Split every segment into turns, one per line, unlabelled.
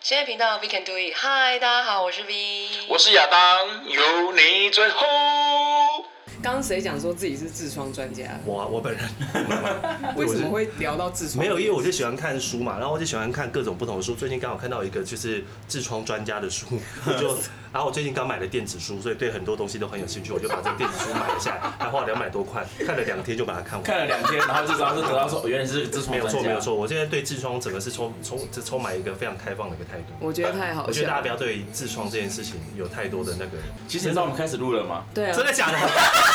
深夜频道 We Can Do It。嗨，大家好，我是 V。
我是亚当，有你最后。
刚刚谁讲说自己是痔疮专家？
我我本人
为什么会聊到痔疮？
没有，因为我就喜欢看书嘛，然后我就喜欢看各种不同的书。最近刚好看到一个就是痔疮专家的书， 我就然后我最近刚买了电子书，所以对很多东西都很有兴趣，我就把这个电子书买了下来，还花了两百多块，看了两天就把它看完。
看了两天，然后就知道是得到说，哦原来是痔疮
没有
专
错，
家
没有。错，我现在对痔疮整个是充充这充满一个非常开放的一个态度。
我觉得太好
我觉得大
笑
家不
了。
要对痔疮这件事情有太多的那个，
其实你知道我们开始录了吗？
对啊
真，的假的？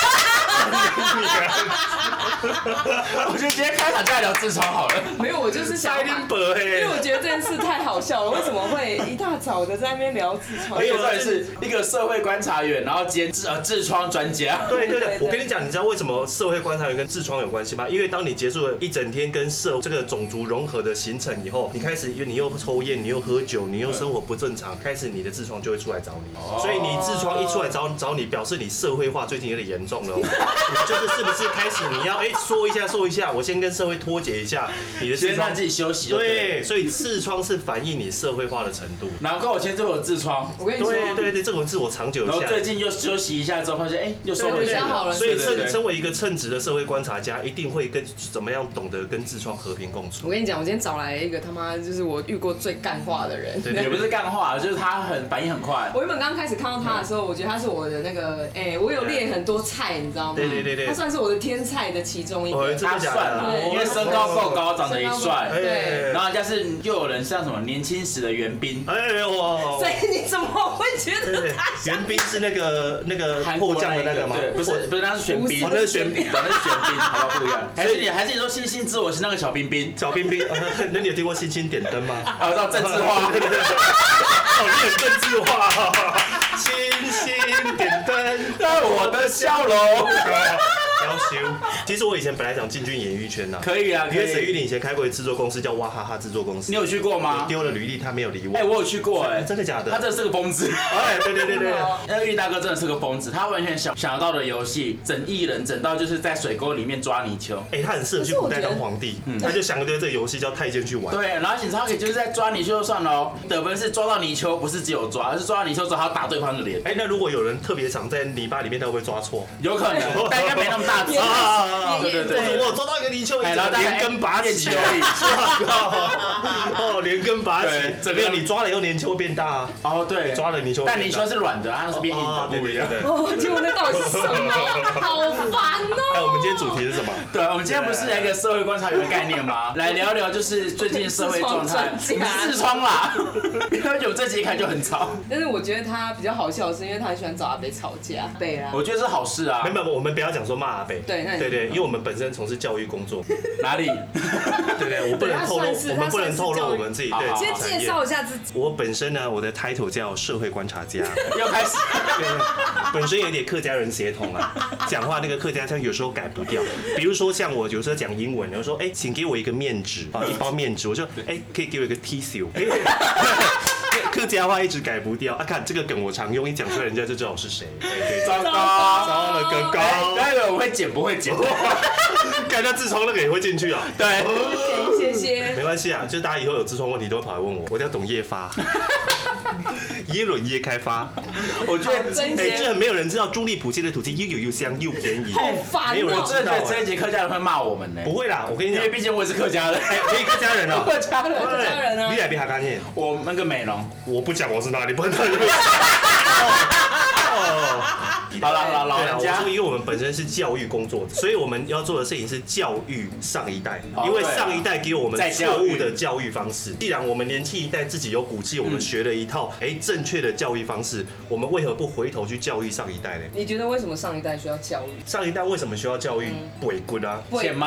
我觉得今天开场就来聊痔疮好了。
没有，我就是想要，因
伯
为
哎
我，觉得这件事太好笑了，为什么会一大早的在那边聊痔疮
而？且到底是一个社会观察员，然后兼痔呃痔疮专家。
对对
对
对，
对
我跟你讲，你知道为什么社会观察员跟痔疮有关系吗？因为当你结束了一整天跟社这个种族融合的行程以后，你开始你又抽烟，你又喝酒，你又生活不正常，开始你的痔疮就会出来找你。
哦
所以你痔疮一出来找找你，表示你社会化最近有点严重了哦。你就是是不是开始你要哎说一下说一下，我先跟社会脱节一下，你的痔
先让
疮
自己休息就对
对，所以痔疮是反映你社会化的程度。
难怪我前阵子有痔疮，
我跟你说，
对对对，这种是我长久
然后
下来。
最近又休息一下之后，发现哎、又收
对
回
比
去
较好了
了。
所以
对对
身
对
身为一个称职的社会观察家，一定会跟怎么样懂得跟痔疮和平共
我
处。
跟你讲，我今天找来一个他妈就是我遇过最干话的人。
对
也不是干话，就是他很反应很快。
我原本刚开始看到他的时候，我觉得他是我的那个，哎、我有列很多菜，你知道吗？
对对对对
他算是我的天菜的其中一
哦
个。
真
他
的假
算
的
了，
对
因为身高够高，长得也
哎
帅，
对
然后要是又有人像什么年轻时的袁冰，
哎我
所。以你怎么会觉
对
得
对
他像？
袁冰是那个那个
韩
迫
国
降的那个吗？
对，不是不是，那是玄彬，
哦那是玄彬
对那是玄彬，好不好？不一样。还是你还是你说星星知我是那个小冰冰，
小冰冰。呃那你有听过《星星点灯》吗？
啊，到政治化，
哦，你很政治化 哦。星星点灯。
那我的笑容
要修。其实我以前本来想进军演艺圈呐、
可以啊，
因
可
为沈玉
以。
玲以前开过一制作公司叫哇哈哈制作公司
你，有去过
我
吗？
丢了履历，他没有理我
哎，。我有去过，哎，
真的假的
他真的是个疯子。
哎，对对对对，
哦
那玉大哥真的是个疯子，他完全想想到的游戏，整艺人整到就是在水沟里面抓泥鳅。
哎、他很适合去古代当皇帝，他就想对这个游戏叫太监去玩。
对，然后警察可以就是在抓泥鳅就算了哦，得分是抓到泥鳅，不是只有抓，而是抓到泥鳅之后还要打对方的脸，
哎、那如果有人特别常在泥巴里面，他会不会抓错？
有可能，但应该没那么 大只。
啊
啊
也也
对对
对
我抓到一个泥鳅，
哎，
然
然
后
后大
连
家
根拔起
而
哦，
已。
哦，连根拔起
对，
怎么样？你抓了以后泥鳅变大啊，
哦，对，
抓了泥鳅变大，哦
但泥鳅是软的，它啊那是变硬的，
对
不
对
一样。
对对。
哦，结果那到底是什么？好烦哦、
哎，我们今天主题是什么？
对，我们今天不是来一个社会观察员的概念 吗？来聊聊就是最近社会状态，
痔疮
你
专家
是痔疮啦， 因为有这集一看就很吵，
但是我觉得他比较好笑的是，因为他很喜欢找阿北吵架。对啦，
我觉得是好事啊
没。有，我们不要讲说骂阿北，
对那你
对对，因为我们本身从事教育工作，对
哪里？
对，我不能透露，
对他算是
我们不能透
他算是教
露
育
我们自己对
好好好
先
产
介
业
绍一下自己。
我本身呢，我的 title 叫社会观察家，
又开始。
本身有点客家人血统啊，讲话那个客家腔有时候改不掉。比如说像我有时候讲英文，然后说，哎、请给我一个面纸啊，一包面纸，我就，哎、可以给我一个 T 恤。哎 客家话一直改不掉啊！看这个梗我常用，一讲出来人家就知道我是谁。对对对
糟
糟
糕，
哦了个
哦哎
高，
待会我会剪，不会剪。
看他痔疮哎那个也会进去啊。
对，
谢谢。
没关系啊，就大家以后有痔疮问题都会跑来问我，我叫董叶发， 耶伦叶开发。
我觉得
真
哎、这
谢。
很没有人知道朱立普现在土地又有又香又便宜，
好烦哦
没有人
我真
知
的
道
觉得这
哎、
一集客家人会骂我们呢，
不会啊啦，我跟你
因
讲
为，毕竟我也是客家人。
哎、可以客家人哦、
客家人，
对
客家人啊
你也别哈干念，
我那个美容。
我不讲我是哪里，不然他就会。
好了好了，老
对啊，
人
我
家
说，因为我们本身是教育工作者，所以我们要做的事情是教育上一代，
哦
因为上一代给我们
对啊
错误的教育方式。既然我们年轻一代自己有骨气，我们学了一套哎、正确的教育方式，我们为何不回头去教育上一代呢？
你觉得为什么上一代需要教育？
上一代为什么需要教育？鬼棍啊，
欠骂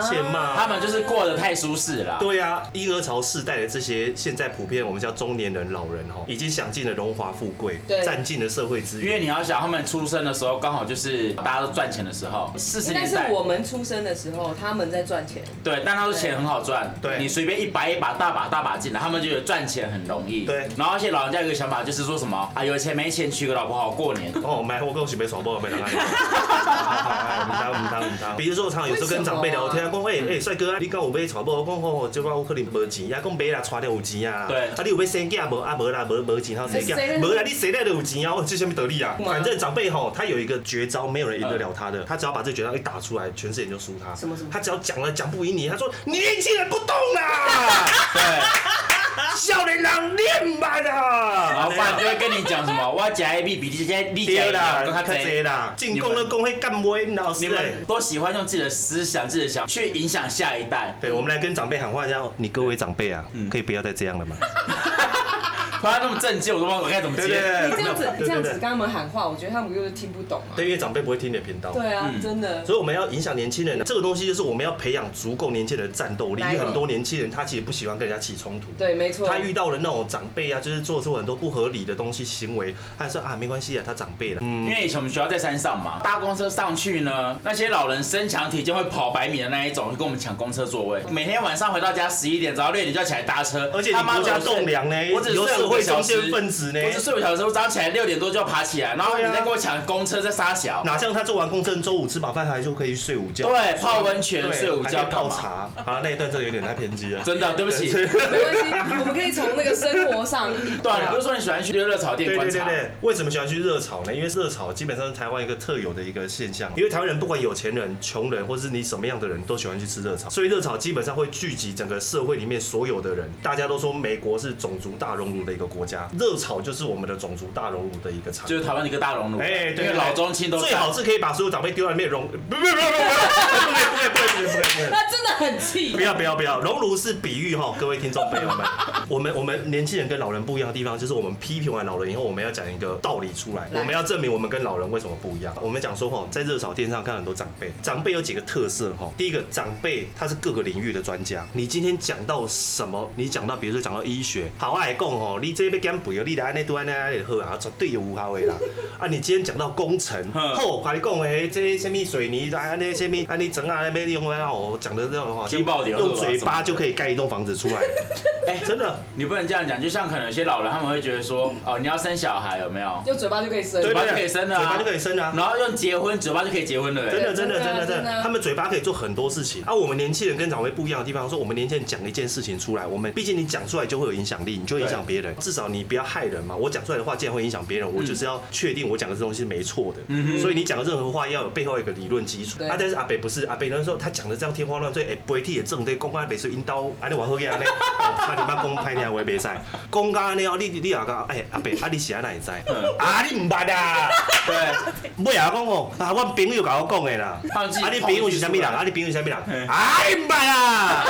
欠骂啊
他们就是过得太舒适了。
对啊，婴儿潮世代的这哦些现在普遍我们叫中年人、老人哈，已经享尽了荣华富贵
对，
占尽了社会资
因为你要想，他们出生的时候刚好就是大家都赚钱的时候，四十
但
年
是
代
我们出生的时候，他们在赚钱，
对，但他说钱很好赚，
对
你随便一把一把大把大把进来，他们就觉得赚钱很容易，
对
然后而且老人家有一个想法就是说什么啊，有钱没钱娶个老婆好过年，
哦，买我恭喜没爽爆，没当 安。哎唔当唔当唔当。比如说，我常常有时候跟长辈聊
嗯
天，讲喂哎帅哥啊，你讲有买娶某？我讲哦，即我可能无钱，啊，讲买啦，娶了有钱啊。
对
啊，你有买生囝无？啊，无啦，无无钱，好生
哎谁
囝，
呢
无啦，你谁来的有钱啊？我这什么道理啊？
哇嗯
反正长辈吼，他有一个绝招，没有人赢得了他的。他只要把这绝招一打出来，全世界就输他。
什么什么
他只要讲了讲不赢你，他说你年轻人不懂 啦，
对，
少年人练吧啦。
然后不然就会跟你讲什么，我假 A B 比这些利
对啦，
跟他
较
贼
侪啦，进攻的攻会干歪，老师欸
你们都喜欢用自己的思想、自己的想法去影响下一代。
对，我们来跟长辈喊话一下，哦你各位长辈啊，可以不要再这样了吗？
突然那么震惊，我都忘了该怎么
对
接。
对
你这样子，你
对
这
对
样子
对
跟，他们喊话，我觉得他们就是听不懂啊。
对，因为长辈不会听你的频道。
对啊
嗯，
真的。
所以我们要影响年轻人，这个东西就是我们要培养足够年轻人的战斗力。因
来
为很多年轻人他其实不喜欢跟人家起冲突，
对，没错。
他遇到了那种长辈啊，就是做出很多不合理的东西行为，他说啊没关系啊，他长辈了，
因
嗯，
为以前我们学校在山上嘛，搭公车上去呢，那些老人身强体健会跑百米的那一种，就跟我们抢公车座位。每天晚上回到家十一点，早上六点就要起来搭车，
而且你
他妈
国家
我只
栋梁呢
我只睡
有社会
五个小时
中间分子呢
我只睡五个小时，我早上起来六点多就要爬起来，然后你
对啊
再跟我抢公车在撒小，
哪像他做完公证，周五吃饱饭还就可以睡午觉，
对，泡温泉睡午
还可
觉
以泡
干嘛？
茶。啊，那一段真的有点太偏激了。
真的，对不起，对
没关系，我们可以从那个生活 上。
啊，你不是说你喜欢去热热炒店
对
观
对对
察？
对，为什么喜欢去热炒呢？因为热炒基本上是台湾一个特有的一个现象，因为台湾人不管有钱人、穷人，或是你什么样的人都喜欢去吃热炒，所以热炒基本上会聚集整个社会里面所有的人。大家都说美国是种族大熔炉的一个国家，热炒就是我们的种族大熔炉的一个场。
就是台湾的一个大熔炉，啊
哎，
因为老中青都在
最好是可以把所有长辈丢到里面融，不不不不不不不不不不不不。
他真的很气
不。要不要不要，熔炉是比喻哈，各位听众朋友们，我们我们年轻人跟老人不一样的地方，就是我们批评完老人以后，我们要讲一个道理出来，
来
我们要证明我们跟老人为什么不一样。我们讲说哈，在热炒店上看很多长辈，长辈有几个特色哈，第一个长辈他是各个领域的专家，你今天讲到什么，你讲到比如说讲到医学，好爱讲哦，你这边减肥哦，你来安尼都安尼安尼好啊，绝对有有效的啦。啊，你今天讲到工程，
哼
吼，我跟你讲诶，这什么水泥啊，那什么啊，你整啊那边用啊，哦，讲的这种话，
踢爆流
用嘴巴就可以盖一栋房子出来。 哎、真的，
你不能这样讲，就像可能有些老人他们会觉得说，哦，你要生小孩有没有？
用嘴巴就可以生。
对
嘴巴就可以生了、啊，
嘴巴就可以生了啊
然后用结婚，嘴巴就可以结婚了、
真
欸。
的，真的，
真
真
的
的，真
真的
的，他们嘴巴可以做很多事情。啊，我们年轻人跟长辈不一样的地方，说我们年轻人讲一件事情出来，我们毕竟你讲出来就会有影响力，你就会影响别人，至少你不要害人嘛。我讲出来的话，既然会影响别人，我就是要确定我讲的这东西是没错的。所以你讲的任何话要有背后一个理论基础。
对
啊，但是阿北不是，阿北那时候他讲的这样天花乱坠，哎，不会替也正对，公安北是阴刀，啊，你往 后给安尼，啊，你妈公拍你我也别赛，公安尼哦，你你也讲，哎，阿北啊，你是安哪会知？啊，你唔捌啊？
欸对，
尾啊讲哦，啊，我朋友甲我讲的啦。
放弃
啊，你朋友是啥物人？啊，你朋友是啥物
嘿
人？哎，唔捌啦。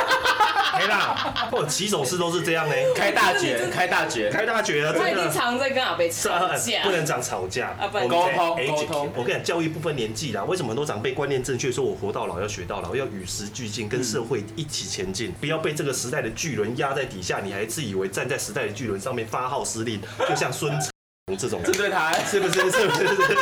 嘿啦，哦，起手式都是这样 呢。
开大绝，开大 绝，
开大绝了，
他已经
真的。啊
常在跟阿北吵架，
不能讲吵架，
啊不然
我们在
沟通
educate
沟通
我跟你讲，教育不分年纪啦。为什么很多长辈观念正确，说我活到老要学到老，要与时俱进，跟社会一起前进，不要被这个时代的巨人压在底下，你还自以为站在时代的巨人上面发号施令，就像孙成龙这种人
针对他。
是不是？是不是？是不 是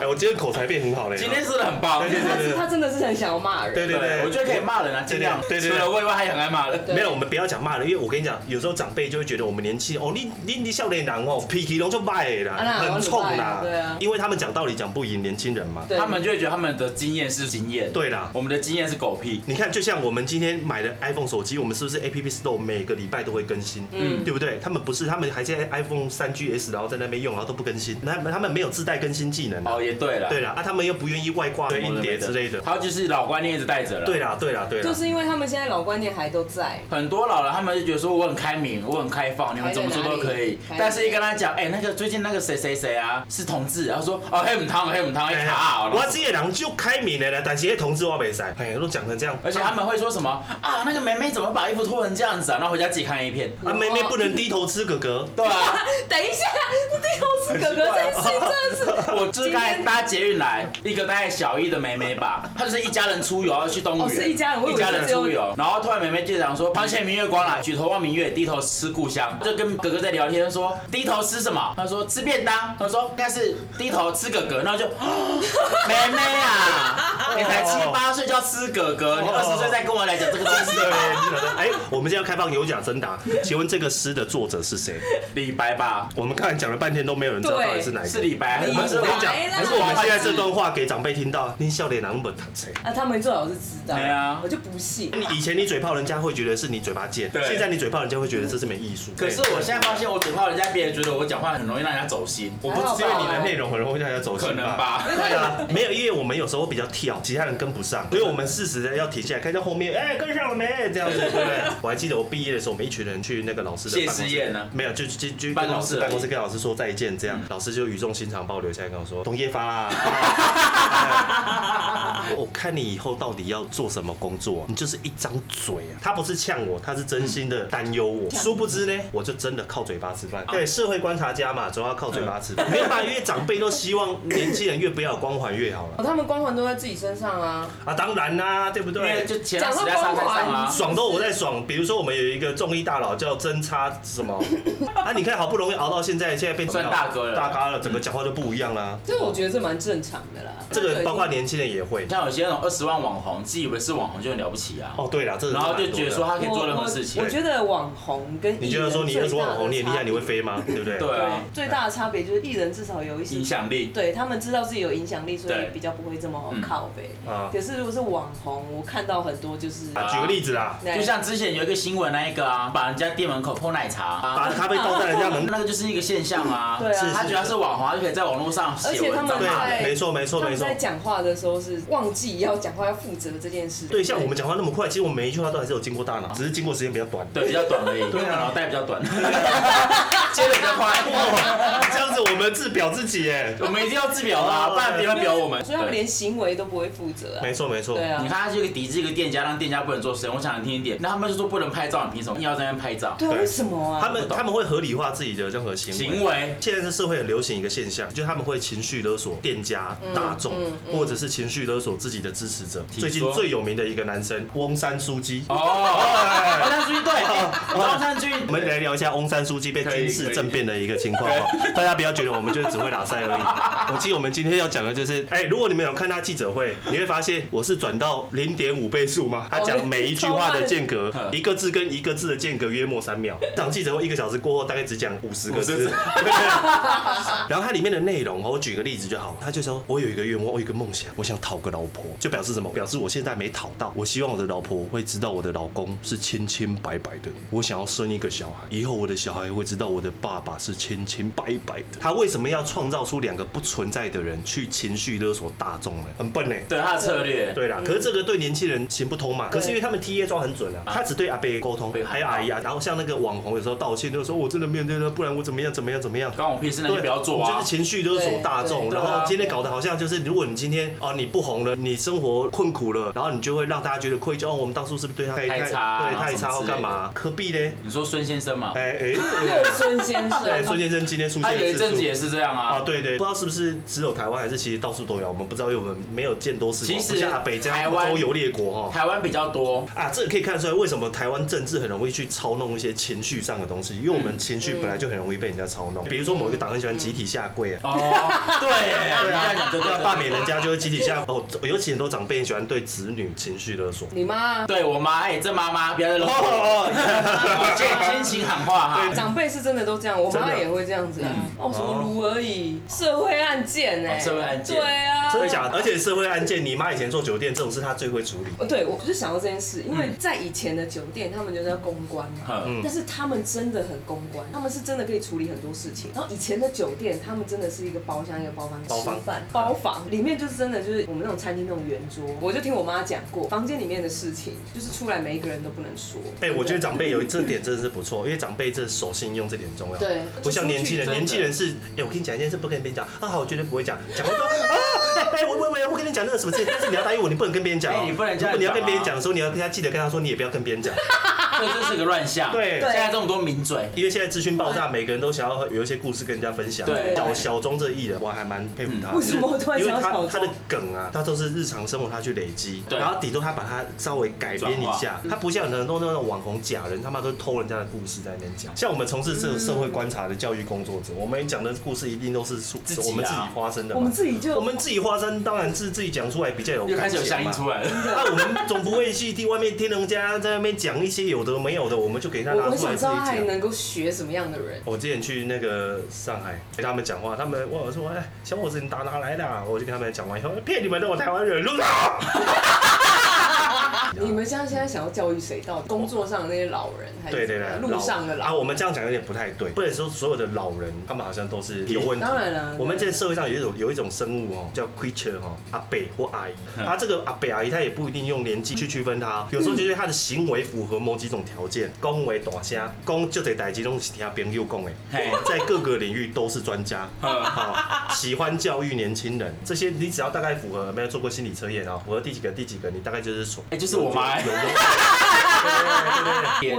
哎，我今天口才变很好嘞。
今天吃的很棒，
对对
他是他真的是很想要骂人。
对啊对对，
我觉得可以骂人啊，尽量。
对对对
除了我以外，还很爱骂人。
对
没有，我们不要讲骂人，因为我跟你讲，有时候长辈就会觉得我们年轻人哦，你你你少年人哦，脾气拢就歹的
啊那
啦，很冲
我就
啦
歹，对啊
因为他们讲道理讲不赢年轻人嘛。
对
他们就会觉得他们的经验是经验，
对啦
我们的经验是狗屁。
你看，就像我们今天买的 iPhone 手机，我们是不是 App Store 每个礼拜都会更新？嗯，对不对？他们不是，他们还在 iPhone 三 GS，然后在那边用，然后都不更新，他们他们没有自带更新技能啊。
哦，也对了，
对啦，啊，他们又不愿意外挂
什么
硬
都没
碟
得，
之类的。
他就是老观念一直带着了。
对啦，对啦，对啦。
就是因为他们现在老观念还都在，
很多老人他们就觉得说我很开明，我很开放，你们怎么做都可以
开在哪里。
但是一跟他讲，哎、那个最近那个谁谁谁啊是同志，他说哦黑母汤黑母汤一
哎
卡
呀
啊，
我这个人就开明的了，但是那同志我袂使，哎，都讲成这样，
而且他们会说什么啊那个梅梅怎么把衣服脱成 这样子啊，然后回家自己看 A 片。
啊，妹妹不能低头吃哥哥，
对啊，
等一下，你低头吃
死
哥哥真是真是，
我就是刚才搭捷运来，一个大概小一的妹妹吧，她就是一家人出游要去动物园，
哦是一家人我以
一
为
家人
是只有
出游，然后突然妹妹就讲说螃蟹明月光啦，举头望明月，低头思故乡，就跟哥哥在聊天，说低头吃什么？他说吃便当，他说应该是低头吃哥哥，然 后就妹妹啊，你才七八岁就要吃哥哥，你二十岁再跟我来讲这个东西，
哦
对，你晓得哎，我们现在要开放有奖征答，请问这个诗的作者是谁？
李白吧，
我们刚才讲了半天都没有人知道到底是哪一个。
是李白，
李
我们是
白
我讲，
啦
还
还
是
是
我
我
们
们
现
现
在
在
这
这
段
段话给长辈听到，你笑脸哪本谈谁？
啊，他们最好是知道，
对啊
我就不信。
你以前你嘴炮，人家会觉得是你嘴巴贱；
对
现在你嘴炮，人家会觉得这是门艺术。
可是我现在发现，我嘴炮人家，别人觉得我讲话很容易让人家走心，
我不是因为你的内容很容易让人家走心
可能吧？
对啊，没有，因为我们有时候比较跳，其他人跟不上，所以我们适时的要停下来，看一下后面，哎、跟上了没？这样子，对不对？我还记得我毕业的时候，我们一群人去那个老师的办公
谢
室
师宴啊
没有，就就就
办
办
公
公
室
室嗯
而已
办公室跟老师说再见，这样，老师就语重心长把我留下来，跟我说：“董叶发啊、 哎我看你以后到底要做什么工作、啊你就是一张嘴啊！他不是呛我，他是真心的担忧我。殊不知呢，我就真的靠嘴巴吃饭。对，社会观察家嘛，总要靠嘴巴吃 饭。没有办法，因为长辈都希望年轻人越不要有光环越好了
哦，他们光环都在自己身上啊，
啊，当然啦、对不
因为
对？
就前两时在沙滩上啊，
爽都我在爽，比如说我们有一个综艺大佬叫曾差什 么，啊，你看好不容易熬到现在，现在变成
算大哥了
大咖了，整个讲话就不一样啦。
所以我觉得这蛮正常的啦。
这个包括年轻人也会。
像有些那种二十万网红，自以为是网红就很了不起啊，
哦，对啊了，这个
然后就觉得说
蛮多的
他可以做任何事情
我我。觉得网红跟
你
艺
觉
人
得说你二十万网红你也厉害，你
最大的差别
会飞吗？对不对？
对啊，
最大的差别就是艺人至少有一些
影响力。
对他们知道自己有影响力，所以
对
比较不会这么靠背。
啊
可是如果是网红，我看到很多就是，
啊，举个例子啦，
对
就像之前有一个新闻那一个啊，把人家店门口泼奶茶
把
啊，
咖啡倒在人家门口。
那个就是一个现象啊。
对啊
他觉得他是网红，他就可以在网络上写文章
而且
对
他
啊
们。，
没错没错
他
没
们
错
在。讲话的时候是忘记要讲话要负责这件事。
对，像我们讲话那么快，其实我们每一句话都还是有经过大脑，只是经过时间比较短。
对，比较短而已，因为我们脑袋比较短， 接的比较快。
这样子我们自表自己哎。
我们一定要自表啦，不然别人会表我们。
所以他们
对
连行为都不会负责啊。
没错没错。
对啊
你看，他就抵制一个店家，让店家不能做生意。我想听一点，那他们就说不能拍照，你凭什么硬要在那边拍照？
对啊，
对
为什么啊？
他们他们会合理化自己的任何行为。
行为
现在这社会很流行一个现象，就是他们会情绪勒索店家、大众，或者是情绪勒索自己的支持者。
请
最近
说
最有名的一个男生翁山书记。
哦，张山军对，张山军，
我们来聊一下翁山书记被
可以
军事
可以
政变的一个情况哦，大家不要觉得我们就是只会打赛而 已。我记得我们今天要讲的就是，哎，如果你们有看他记者会，你会发现我是转到零点五倍速吗？他讲每一句话的间隔
超慢，
一个字跟一个字的间隔约莫三秒。 这场记者会一个小时过后，大概只讲五十个
50
字
字。
然后它里面的内容哦，我举个例子就好。他就说我有一个愿望，我有一个梦想，我想讨个老婆，就表示什么？表示我现在没讨到，我希望我的老婆会知道我的老公是清清白白的。我想要生一个小孩，以后我的小孩会知道我的爸爸是清清白白的。他为什么要创造出两个不存在的人去情绪勒索大众呢？很笨呢、
对他的策略，
对啦，可是这个对年轻人行不通嘛。可是因为他们 T A 抓很准啊，他只对阿伯沟通
对，
还有阿姨啊，然后像那个网红有时候道歉，就说我真的面对了，不然我怎么样怎么样怎么样。
关我屁事，那
对，
就不要做
就
啊
是。情绪勒索大众，
对对
然
对
后
啊
今天搞得好像就是，如果你今天啊你不红了，你生活困苦了，然后你就会让大家觉得愧疚，哦，我们当初是不是对他太
太差
对，太
然
差
后
或
什么之类的
干嘛？何必呢？
你说孙先生嘛，
哎 哎
对孙先 生，
哎，孙先生今天出现
他有
的
一
次
阵子
数
也是这样
啊，
啊。
对对，不知道是不是只有台湾，还是其实到处都有，我们不知道，因为我们没有见多识广，
其实
不像北疆
台湾
周游列国哦。
台湾比较多，
啊，这个可以看出来为什么台湾政治很容易去操弄一些情绪上的东西，因为我们情绪本来就很容易被人家操弄。比如说某一个党很喜欢集体下跪啊，
哦，对耶，你这样讲 对对
要
对
罢免人家就会集体下哦，尤其很多长辈很喜欢对子女情绪勒索。
你妈啊
对我妈，哎，这妈妈不要再乱
哦，
见亲情喊话哈。
长辈是真的都这样，我
真
妈
的嗯
也会这样子啊。哦，什么卢而已，社会案件哎，
哦社会案件
对啊，
真假的？而且社会案件，你妈以前做酒店这种事，她最会处理。
哦对，我就想到这件事，因
嗯
为在以前的酒店，他们就是要公关嘛，
嗯
但是他们真的很公关，他们是真的可以处理很多事情。然后以前的酒店，他们真的是一个包厢一个包房
包房
吃饭，包房里面就是真的就是我们那种餐厅那种圆桌，我就听我妈讲过，房间里面的事情就是出来每一个人都不能说。
哎、我觉得长辈有这点真的是不错，因为长辈这守信用这点很重要。
对
不像年轻人，
真的
年轻人是，哎、我跟你讲一件事，不跟别人讲啊，好，我绝对不会讲，讲完之后啊，哎、哎我我我我跟你讲那个什么事，但是你要答应我，你不能跟别人讲、哦
哎你不能这样
如果你要跟别人
讲
讲的时候，你要跟他记得跟他说，你也不要跟别人讲，
这这是个乱象。
对
现在这么多名嘴，
因为现在资讯爆炸，每个人都想要有一些故事跟人家分享。
对
小小钟这艺人，我还蛮佩服他的。
为什么我突然
因
想
为
到
他
小钟
他的梗啊，他都是日常生活他去累积，
对
然后顶多他把它稍微改编一
转
下，他不像很多那种网红假人，他妈都偷人家的故事在那边
嗯
讲。像我们从事这个社会观察的教育工作者，我们讲的故事一定都是出
自己啊
我们自己发生的嘛。
我们自己就
我们自己发生，当然是自己讲出来比较有
又开
感
始
觉
有乡音
嘛。
出来了。
那我们总不会去替外面听人家在那边讲一些有的没有的，我们就给他
我
拿
我
出
想
来自己
知道他还
讲。
能够学什么样的人。
我之前去那个上海跟他们讲话，他们问我说：“哎，小伙子，你打哪来的、啊？”我就跟他们讲完以后，骗你们的，我台湾人，录啊！
你们现在现在想要教育谁？到底工作上的那些老人，还
对
是
对对，
哎路上的
啊，
老？
我们这样讲有点不太对，不能说所有的老人他们好像都是有问题。
当然了，
我们在社会上有一种有一种生物哦，叫 creature 哈，阿伯或阿姨。
嗯
啊，这个阿伯阿姨她也不一定用年纪去区分她，哦有时候就是她的行为符合某几种条件，恭维大声，讲就得代志拢是听朋友讲的，
嘿，
在各个领域都是专家。
呃
好，喜欢教育年轻人，这些你只要大概符合，没有做过心理测验啊，符合第几个第几个，你大概就是说，
哎，就是我妈。
有有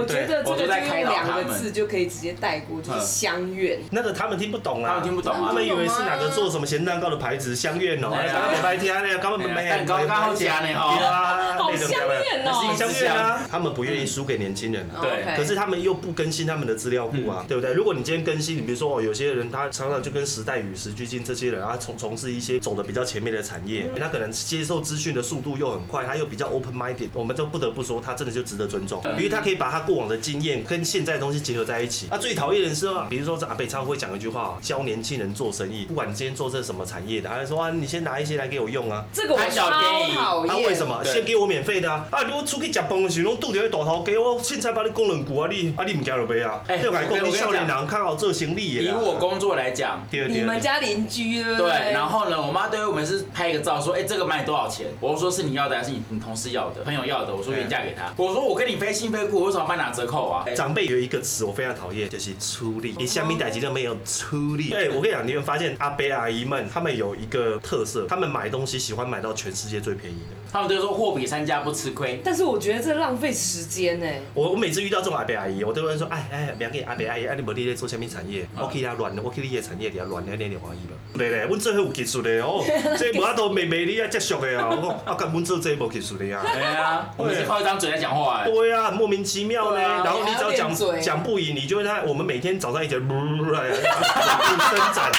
我觉得这
我
个就
都在
用
开导
两
他
个字
们，
就可以直接带过，
嗯
就是相怨。
那个他们听不懂
他
啊，
们听不懂
他
啊。
们以为是哪个做什么咸蛋糕的牌子香苑哦，
哎呀
哎，白天呢，根本没
蛋糕刚好加呢
对
哦，
啊，
好香艳哦
很香艳啊，他们不愿意输给年轻人啊。
对
OK
可是他们又不更新他们的资料库啊，对不对？如果你今天更新，你比如说哦，有些人他常常就跟时代与时俱进，这些人啊从从事一些走的比较前面的产业，他可能接受资讯的速度又很快，他又比较 open minded，我们就不得不说他真的就值得尊重，因为他可以把他过往的经验跟现在的东西结合在一起。那最讨厌的是啊，比如说这阿北超会讲一句话啊，教年轻人做生意，不管你今天做这什么产业的，他就说啊，你先拿一些来给我用啊。
这个我
拍
超
小电影
讨
啊，
厌。
为什么？
对
先给我免费的啊！啊，如果出去食饭的时候，拄着迄大头家，我凊彩把你讲两句啊，你啊你唔惊就袂啊？
哎
你有甲
我
讲，
跟
你
你
少年
讲
人较好做生意的
以
啦。
我工作来讲，
啊对，对对
你们家邻居对不
对，
对？
然后呢，我妈对我们是拍一个照，说，哎、这个买多少钱？我说是你要的还是你你同事要的、朋友要的？我说原价给他。我说我跟你非亲非故，我为什么帮你打折扣啊？
长辈有一个词我非常讨厌，就是出力。你下面代级都没有出力。对，我跟你讲，你会发现阿伯阿姨们他们有一个特色，他们买东西喜欢买到全世界最便宜的。
他们就说货比三家不吃亏。
但是我觉得这浪费时间欸呢。
我我每次遇到这种阿伯阿姨，我都会说，哎哎，不要给阿伯阿姨，啊你无你在做什么产业？我去他乱，我去你的产业底下乱，你你欢喜无？对嘞，阮做迄有技术的哦，这无法度卖卖你啊，接受的啊，我讲啊，干阮做这无技术的啊。
对啊，我们是靠一张嘴在讲话、哎，
对啊，莫名其妙嘞。
对啊
然后你只要
还要练
讲
嘴
讲不赢，你就会他我们每天早上一 点，伸展。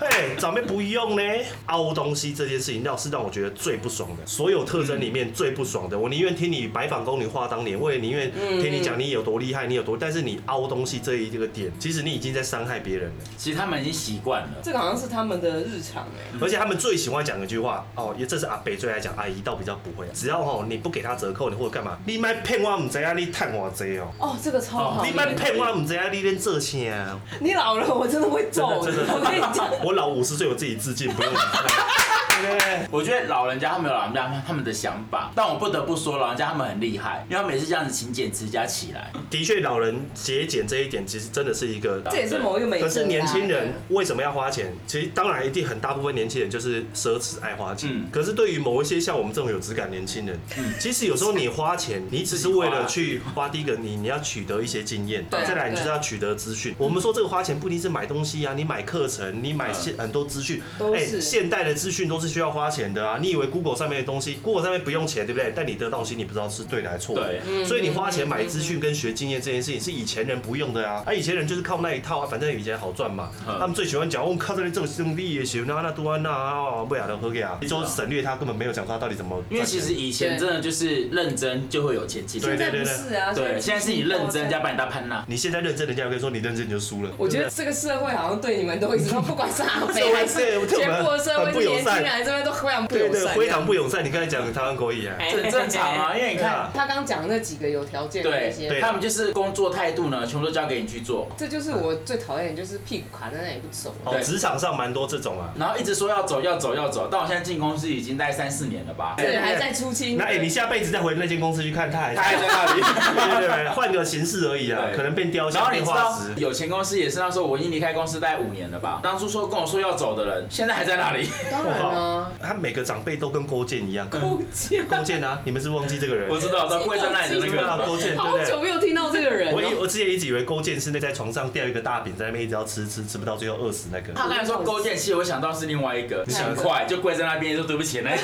哎，长辈不用呢，凹东西这件事情，那是让我觉得最不爽的。所有特征里面最不爽
嗯
的，我宁愿听你白访宫女话当年，我也宁愿听你讲你有多厉害，你有多，但是你凹东西这一个点，其实你已经在伤害别人了。
其实他们已经习惯了。
这个好像是他们的日常哎。
而且他们最喜欢讲一句话哦，也这是阿北最爱讲，阿姨倒比较不会。只要哦你不给他折扣，你或者干嘛，你卖骗我唔知啊，你探我贼哦。
哦，这个超讨
你
厌。
们骗我，唔知啊！你连这些啊，
你老了，我真的会
真
揍
的
你。
真的，
我跟你讲，
我老五十岁，我自己自尽，不用你。对对对
我觉得老人家他们有老人家他们的想法，但我不得不说，老人家他们很厉害，因为他们也是这样子勤俭持家起来。
的确，老人节俭这一点，其实真的是一个。
这也是某一个美德
可
啊。
是年轻人为什么要花钱？其实当然一定很大部分年轻人就是奢侈爱花钱。
嗯
可是对于某一些像我们这种有质感年轻人，
嗯
其实有时候你花钱，你只是
自己花
为 了去花第一个你你要取得一些经验，
对啊
再来你就是要取得资讯。我们说这个花钱不一定是买东西啊，你买课程，你买现很多资讯，
嗯都
哎
是
现代的资讯都是需要花钱的啊。你以为 Google 上面的东西，Google 上面不用钱，对不对？但你得到的东西你不知道是对的还是错的。
对
所以你花钱买资讯跟学经验这件事情是以前人不用的啊，啊以前人就是靠那一套啊，反正以前好赚嘛。
嗯
他们最喜欢讲，我靠这里这个兄弟也行，那那多安那啊，不雅的喝给啊，你说省略他根本没有讲他到底怎么。
因为其实以前真的就是认真就会有钱进来
对
现在不是啊，
对，现在是你认真，人家把你当潘娜。
你现在认真，人家跟你说你认真你就输了。
我觉得
对
这个社会好像对你们都一直都，不管是阿 北还是全国社会年轻人这边都非常不
对
友
对，
善。
非常不友善。你刚才讲的台湾口语啊，
这很正常 啊，因为你看，
他刚讲的那几个有条件的那
对，
些，
他们就是工作态度呢，全部都交给你去做，
这就是我最讨厌，就是屁股卡在那里不走。
哦，
对
职场上蛮多这种啊。
然后一直说要走要走要走，但我现在进公司已经待三四年了吧？
对，还在出清。
那哎、你下辈子再回那间公司去看，他还
他还在那里。
对对 对，换个形式而已啊，
对
可能变雕
然
像、
后你
变
知
化
道
石。
有钱公司也是那时候我已经离开公司待五年了吧？当初说跟我说要走的人，现在还在那里。
当然了、
啊，
他每个长辈都跟勾践一 样，
不见
勾践啊，你们是忘记这个人？
我知道，他跪在那里的那
对啊，
个，
勾践，对不
好久哦
对？
没有听到这个人
我以
哦。
我之前一直以为勾践是那在床上吊一个大饼，在那边一直要吃吃吃不到，最后饿死那个。
他刚才说勾践戏，我想到是另外一个，你想快就跪在那边说对不起那一个，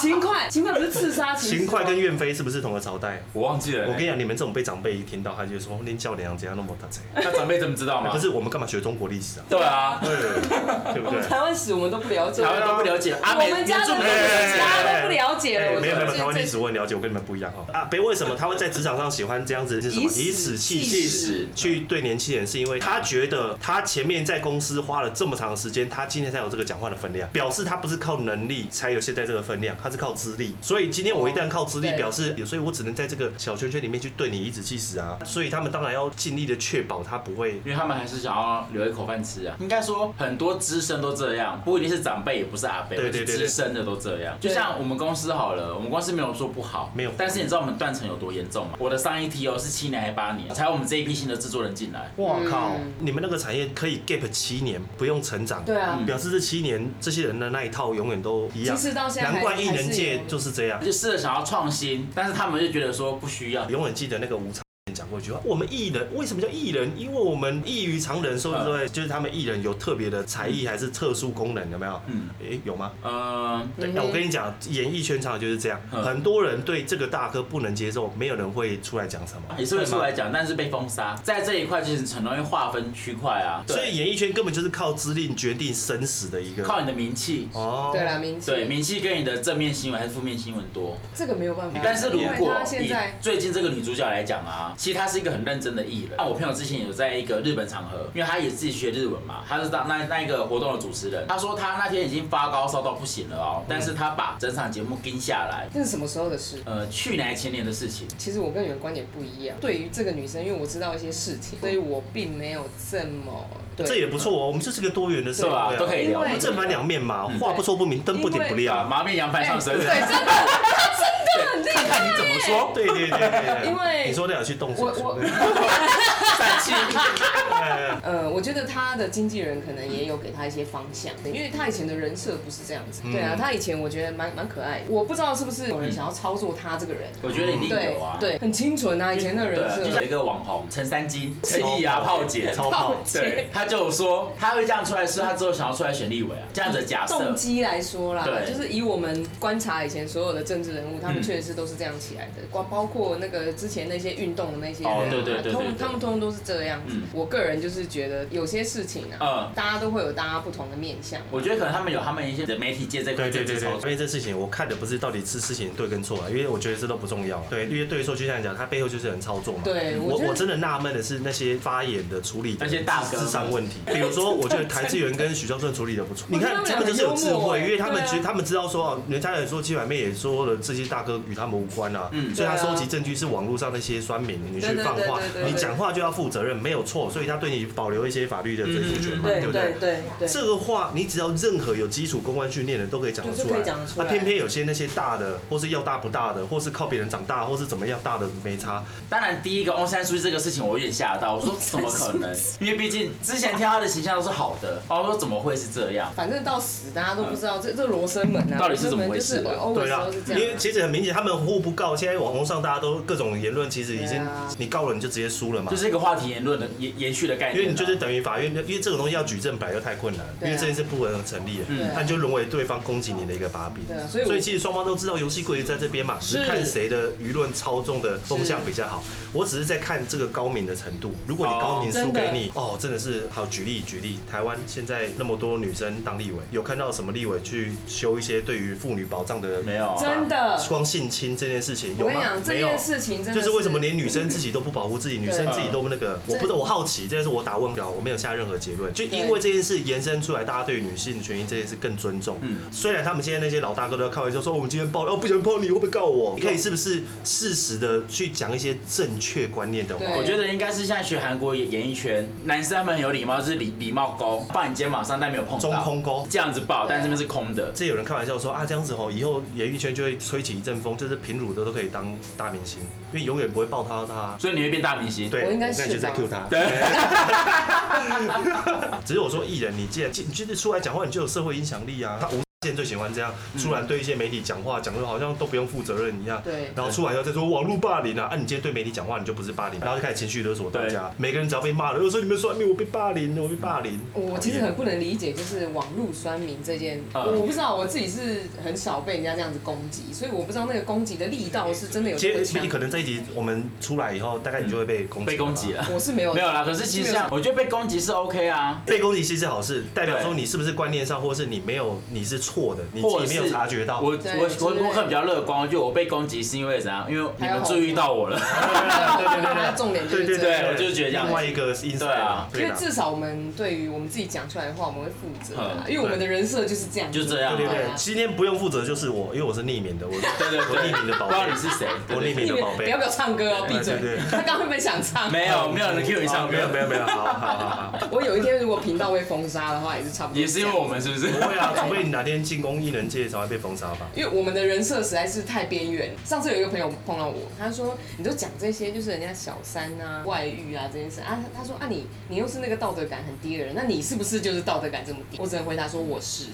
秦桧，秦桧不是刺杀秦始
秦
皇
桧跟岳飞是不是同个朝代？
我忘记了。
我跟你讲，你们这种被长辈一听到，他就说：“哦您叫娘怎样那么大贼
那长辈怎么知道？”嘛？
可，是我们干嘛学中国历史啊？
对啊，
对， 对不
我
对
们？台湾史我们都不了解，
台湾啊都不了解，阿
我
美
们家的
原住
我
民
们
哎哎哎
家都不了解了。
哎
我
没有没有，
最
台湾历
最
史我很了解，我跟你们不一样哦。啊，北为什么他会在职场上喜欢这样子？是什么？
以史
以史气
气
史
去对年轻人，是因为他觉得他前面在公司花了这么长的时间，他今天才有这个讲话的分量，表示他不是靠能力才有现在这个分量，他是靠资历。所以今天我一旦靠资历，
哦对
表示，所以我只能在这个小圈圈里面去对你颐指气使啊。所以他们当然要尽力的确保他不会
因为他们还是想要留一口饭吃啊。应该说很多资深都这样，不一定是长辈，也不是阿伯，
对对对对
资深的都这样。就
对
像我们公司好了，我们公司没有说不好，
没有
但是你知道我们断层有多严重吗？我的上一梯哦是七年还八年，才我们这一批新的制作人进来。
哇靠！你们那个产业可以 gap 七年不用成长，
嗯对啊
表示这七年这些人的那一套永远都一样。
其实到现在还
难怪艺人
还是
界
有
就是这样，
就试着想要创新，但是他们就觉得说不需要。
永远记得那个吴昌贤讲过一句话：我们艺人为什么叫艺人？因为我们异于常人，说不
嗯
对？就是他们艺人有特别的才艺还是特殊功能，有没有？
嗯
嗯，诶，有吗？
嗯，
对，那我跟你讲，演艺圈常就是这样，
嗯
很多人对这个大哥不能接受，没有人会出来讲什么，
啊也是会出来讲，但是被封杀，在这一块其实很容易划分区块啊。
所
对，
以演艺圈根本就是靠资历决定生死的一个。
靠你的名气，
哦
对啦，明
对
星
名气跟你的正面新闻还是负面新闻多。
这个没有办法。
但是如
因为
果
他现
以
在
最近这个女主角来讲啊，其实她是一个很认真的艺人。那我朋友之前有在一个日本场合，因为她也自己学日文嘛，她是当那那一个活动的主持人。她说她那天已经发高烧到不行了哦，但是她把整场节目跟下来。
这是什么时候的事？
呃，去年还前年的事情，
其实我跟你们观点不一样。对于这个女生，因为我知道一些事情，所以我并没有这么
这
对。
也不错哦，我们就是个多元的社
是
会啊
吧？都可以聊
因。为
正反两面嘛，话不说不明，灯不点不
啊，
亮。
麻面羊排上身。
哎对，真的，她真的很厉害。
你怎么 说？
对对对对，对
因为
你说你要去动
我
手术，
我
对
散气。
哎
呃，我觉得他的经纪人可能也有给他一些方向，因为他以前的人设不是这样子。
嗯
对啊，他以前我觉得蛮蛮可爱的，我不知道是不是有人想要操作他这个人。
我觉得一定
对
有嗯啊。
对，很清纯啊，以前的人
对，就
设
像。一个网红陈三金、赤意啊、炮姐，
超棒，
对，他就有说他会这样出来，是他之后想要出来选立委啊，这样子的假设
动。机来说啦，
对嗯
就是以我们观察以前所有的政治人物，他们确实是都是这样起来的，包、包括那个之前那些运动的那些人啊、
哦对对对对
他们
对
他们通通都是这样子。
嗯
我个人就是觉得有些事情啊，
嗯
大家都会有大家不同的面向。
我觉得可能他们有他们一些媒体界这块
对对
政
对对，
治操
因
作。
为这事情我看的不是到底是事情对跟错啊，因为我觉得这都不重要。啊对，因为对错就像你讲，他背后就是人操作嘛。
对我
我
觉得
我真的纳闷的是那些发言的处理，
那些大哥
智商问题。比如说，我觉得谭志源跟许孝顺处理的不错，你看
我觉得他
他
们
们就是有智
很幽默
慧，因为他们
对啊
觉得他们知道说，哦人家也说七百妹也说了，这些大哥与他们无关啊，
嗯
所以他
对啊
收集证据是网络上那些酸民你去
对对
放
对
话
对对，对
你讲话就要负责任，没有错，所以他对你保留一些法律的追诉权嘛，
嗯对
不
对对对，
这个话你只要任何有基础公关训练的都可以讲得出
对就可
来
以讲得，出
那
来
偏偏有些那些大的，或是要大不大的，或是靠别人长大，或是怎么样大的没差，
当然，第一个翁山书记这个事情，我有点吓到，我说怎么可 能？因为毕竟之前挑他的形象都是好的，哦，我说怎么会是这样？
反正到死大家都不知道这这罗生门啊，
嗯到底是怎么回事
罗生门就是
对
always
啦
都是，这
因
样啊。
为其实很明显他们互不告，现在网络上大家都各种言论，其实已
对
经
啊
你告了你就直接输了嘛
就。是一个话题言论的延延续的概念啊。
因为你就是等于法院，因为这种东西要举证本来就太困难，因
对啊
为这件事不可能成立的
嗯，
那你就沦为对方攻击你的一个把柄
对啊。所以我
所以其实双方都知道游戏规则在这边嘛，只是看谁的舆论操纵的风向比较好。我只是在看这个高明的程度，如果你高明输给你，哦，真的是好。举例举例，台湾现在那么多女生当立委，有看到什么立委去修一些对于妇女保障的
没有啊
真的，
光性侵这件事情
呃我
有
跟你
吗
讲？这
没有
件。事情真的
就是为什么连女生自己都不保护自己，女生自己都那个，我不知道，我好奇，这是我打问表，我没有下任何结论。就因为这件事延伸出来，大家对于女性权益这件事更尊重。
嗯
嗯，虽然他们现在那些老大哥都在开玩笑说，我们今天爆，哦，不想爆你会不会告我？你可以是不是适时的去讲一些正确观念的话？
对
我觉得应该是像学韩国演演艺圈，男生他们很有礼貌，就是礼礼貌勾，放你肩膀上但没有碰到，
中空勾
这样子抱，但这边是空的。
这有人开玩笑说啊，这样子吼，以后演艺圈就会吹起一阵风，就是平乳的都可以当大明星，因为永远不会爆他他。
所以你会变大明星。
对，
我应该
我
是
刚才就在
吧
Q 他。
对，
只是我说艺人，你既然你就是出来讲话，你就有社会影响力啊。他无限最喜欢这样，出来对一些媒体讲话，讲的好像都不用负责任一样。
对
然后出来以后再说网络霸凌啊，啊，你今天对媒体讲话，你就不是霸凌，然后就开始情绪勒索大家。每个人只要被骂了，又说你们算命，我被霸凌，我被霸凌。
我其实很不能理解，就是网络酸民这件，
啊
嗯
我不知道我自己是很少被人家这样子攻击，所以我不知道那个攻击的力道是真的有
接
多强。
可能这一集我们出来以后，大概你就会嗯被攻击，
被攻击。了。
我是没有
没有啦，可是其实像我觉得被攻击是 OK 啊，
被攻击其实是好事，代表
对
说你是不是观念上，或是你没有你是错的，你
或
自
者
己没
是
有察觉到。
我我
对
我
对
我可能比较乐观，我觉得我被攻击是因为怎样？因为你们注意到我了。
重点就是
对对
这样
对我就是觉得这样
另外一个因素
对啊
因为至少我们对于我们自己讲出来的话，我们会负责啊，
嗯
因为我们的人设就是这样，
就这样
对对
啊
对
对
啊，
今天不用负责就是我，因为我是匿名的，我
对对
我
对，
匿名的宝
不知道
贝
你，是谁，对
我
对
匿名的宝
不
贝
要。不要唱歌哦，闭嘴
对对对！
他刚刚会不会想唱？
没有没有人 Q 你
啊
上歌，
没有没有没有，好好好好，
我有一天如果频道被封杀的话，也是差不多。
也是因为我，们是不是？
不会啊，除非你哪天进攻艺人界才会被封杀 吧？
因为我们的人设实在是太边缘。上次有一个朋友碰到我，他说：“你都讲这些，就是人家小三啊、外遇啊这件事啊。”他说：“啊你，你又是那个道德感很低的人，那你是不是就是道德感这么低？”我只能回答说：“我 是。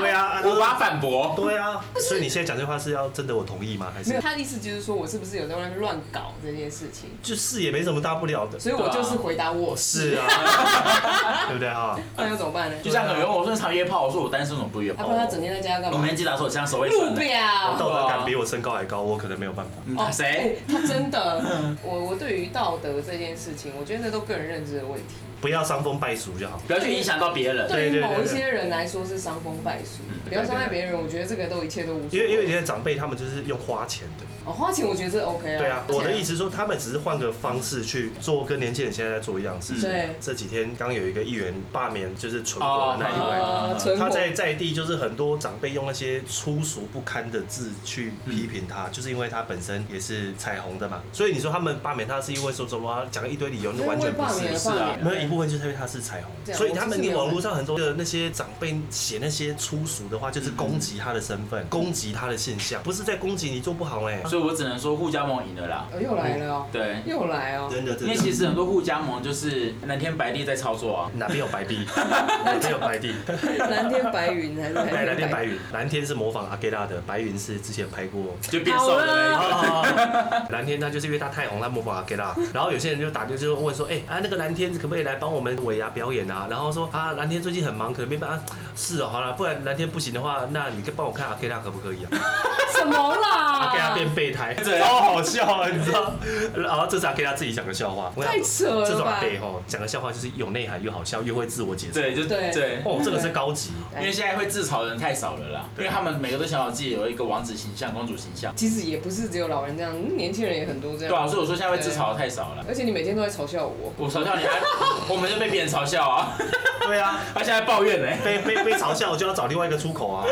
对啊，啊
无法反驳。
对啊，所以你现在讲这话是要征得我同意吗？还”
没有，
是
他的意思就是说我是不是有在外面乱搞这件事情，
就是也没什么大不了的？
所以我就是回答我是。
是啊，对不对啊？
那要怎么办呢？
就像有人问我说常约炮，我说我单身，我不约
他
炮。
不然他整天在家干
我
嘛
们？天记得说我像守卫神
路表。
道德感比我身高还高，我可能没有办法。
嗯谁？
哎他真 的，我我对于道德这件事情，我觉得那都个人认知的问题。
不要伤风败俗就好。
不要去影响到别人。
对于
对对
某一
对嗯
些人来说是伤风败俗，不要伤害别人，我觉得这个都一切都无所
因
谓。
为因为你的长辈他们就是用花钱的，
哦，花钱我觉得这 OK 啊。
对啊，
而且
我的意思说，他们只是换个方式去做跟年轻人现在在做一样的事情。
对
这几天刚有一个议员罢免，就是纯
哦
国的那一位，
呃，存
他
活
在在地就是很多长辈用那些粗俗不堪的字去批评
嗯
他，就是因为他本身也是彩虹的嘛，所以你说他们罢免他是因为说什么讲一堆理由，那完全不
因为罢免
是
了。
是啊
没有一部分就是因为他是彩虹，
对啊
所以他们
我就是没
你
有
网络上很多的那些长辈写那些粗俗的话，就是攻击他的身份，攻击他的现象，不是在攻击你做不好哎、
嗯
所以我只能说互加盟赢了啦。
哦又来了哦，
对，
又来哦，
真的
因
真
为其
的。
实很多互加盟就是蓝天白地在操作啊。
哪边有白 地？哪边有白地？
蓝天白云还是
来，蓝
蓝
天白云，蓝天是模仿阿盖拉的，白云是之前拍过。
就变瘦的那一
好
个。
哦 蓝天他就是因为他太红，他模仿阿盖拉。然后有些人就打电话就问说，哎、啊那个蓝天可不可以来帮我们尾牙表演啊？然后说啊蓝天最近很忙，可能没办法。啊是哦，好了，不然蓝天不行的话，那你帮我看阿盖拉可不可 以啊？
什么
阿啊给他
啦？
变备胎，超好笑啊，你知道？然后这是阿给他自己讲的笑话，
太扯了吧
这种啊阿贝吼讲的笑话就是有内涵又好笑，又会自我解释。
对，就
对
对。
哦，这个是高级，
因为现在会自嘲的人太少了啦，因为他们每个都想好自己有一个王子形象、公主形象，
其实也不是只有老人这样，嗯年轻人也很多这
对啊，
样。
所以我说现在会自嘲的太少了。
而且你每天都在嘲笑我，
我嘲笑你，啊，我们就被别人嘲笑啊，
对啊，
他现在抱怨呢、
被被被嘲笑，我就要找另外一个出口啊。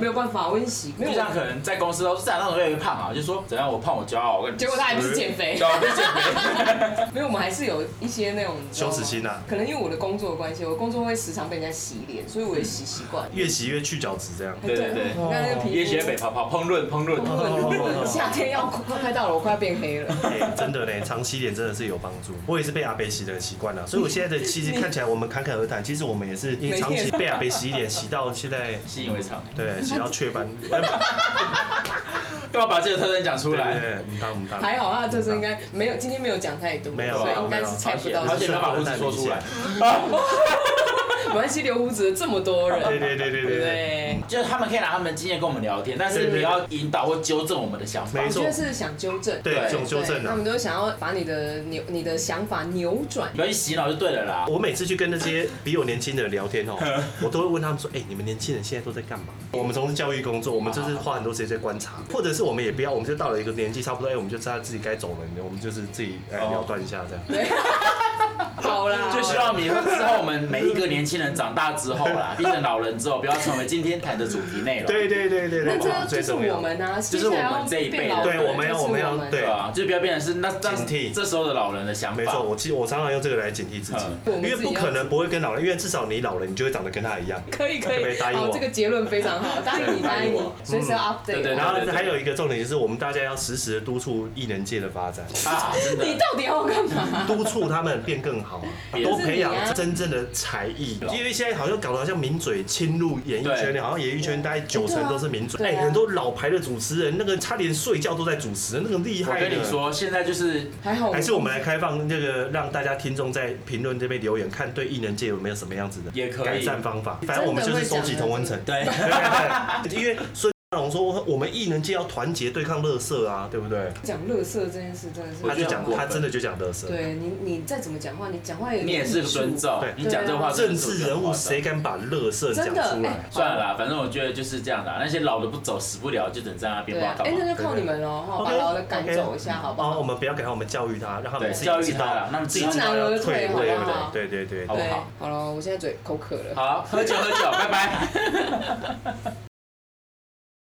没有办法，温习没
就
有
像可能在公司都是这样，那种越来越胖啊，就说怎样我胖我骄傲，我跟你
结果他还不是减肥
对，啊，我被减肥，
没有，我们还是有一些那种
羞耻心啊。
你知道吗可能因为我的工作的关系，我工作会时常被人家洗脸，所以我也洗习惯。
越洗越去角质这样。
对对对
你看那个皮肤，
也学北泡泡，烹饪烹饪，
夏天要快快到了，我快要变黑了。
哎真的呢，常洗脸真的是有帮助。我也是被阿北洗的习惯了，所以我现在的其实看起来我们侃侃而谈，其实我们也是因为长期被阿北洗脸洗到现在，
习以为常。
对，洗到雀斑。
干嘛把自己的特征讲 出
对
来
对？对，唔当唔当。
还好他的特征应该没有，今天没有讲太多，
没有啊
所以应该是猜不到
没有
而
啊
是
且
谁。
他把胡子说出来，
没关系，留胡子的这么多人，
对对对对对对。
对
就是他们可以拿他们的经验跟我们聊天，但是
对对
你
对
要引导或纠正我们的想法
没。
我
错
觉得是想纠正，
对
对
这种纠正啊
对他们都想要把你的扭、你的想法扭 转
不。要去洗脑就对了啦。
我每次去跟那些比我年轻的人聊天哦，我都会问他们说：“哎、你们年轻人现在都在干嘛？”我们从事教育工作，我们就是花很多时间在观察，或者是我们也不要，我们就到了一个年纪差不多，哎、我们就知道自己该走人了，我们就是自己哎
哦
了断一下这样。
对，好 啦，
就希望你之后我们每一个年轻人长大之后 啦，变成老人之后，不要成为今天谈的主题内容。
对对对对
那
对，
这就是我们啊，
这是我们这一辈的
对我们要
我
我们要对
对啊，就不要变成是那那
警惕
这时候的老人的想法。
没错，我其实我常常用这个来警惕自己，
嗯
因为不可能不会跟老人，因为至少你老了，你就会长得跟他一样。
可以可
特
以
别，答应
好，
我
这个结论非常好，答应你
对
答应
答应
你
我，
随
嗯
时要 update
对对
我
然后还有一个重点就是，我们大家要时时的督促艺能界的发展，
啊，真的
你到底要干嘛？
督促他们变更好啊，
也是
多培养
啊
真正的才艺，因为现在好像搞得好像名嘴侵入演艺圈了，好像演艺圈大概九成都是名嘴。
对啊
哎，
对啊
很多老牌的主持人，那个差点睡觉都在主持，那个厉
我
害。
跟你。说，现在就是
还好，
还是我们来开放那个，让大家听众在评论这边留言，看对艺人界有没有什么样子的
也可以
改善方法。反正我们就是收集同温层。
对，
因为孙大龙说，我们艺人界要团结对抗乐色啊，对不对？
讲乐色这件事真的是，
他就讲
我觉得很过，分
他真的就讲乐色。
对你你再怎么讲话，你讲话有
你也是尊重
对，
你讲啊这话
政治人物谁？敢把乐色讲
真的
出来？
哎
算了啦，反正我觉得就是这样的啊，那些老的不走，死不了，就等在那边
对
不知道
啊，
干
哎，那
嘛。
就靠你们喽，哈，把
OK，
老的赶走一下，好不
哦，我
好？
们不要给他，我们教育他，让他们
对
自己
教育
知道
他啦那么
自己
知道
知道要
知难而退
退
好不
位
好
对对对对
好
对
不好，
好了，我现在嘴口渴了。
好，喝酒喝酒，拜拜。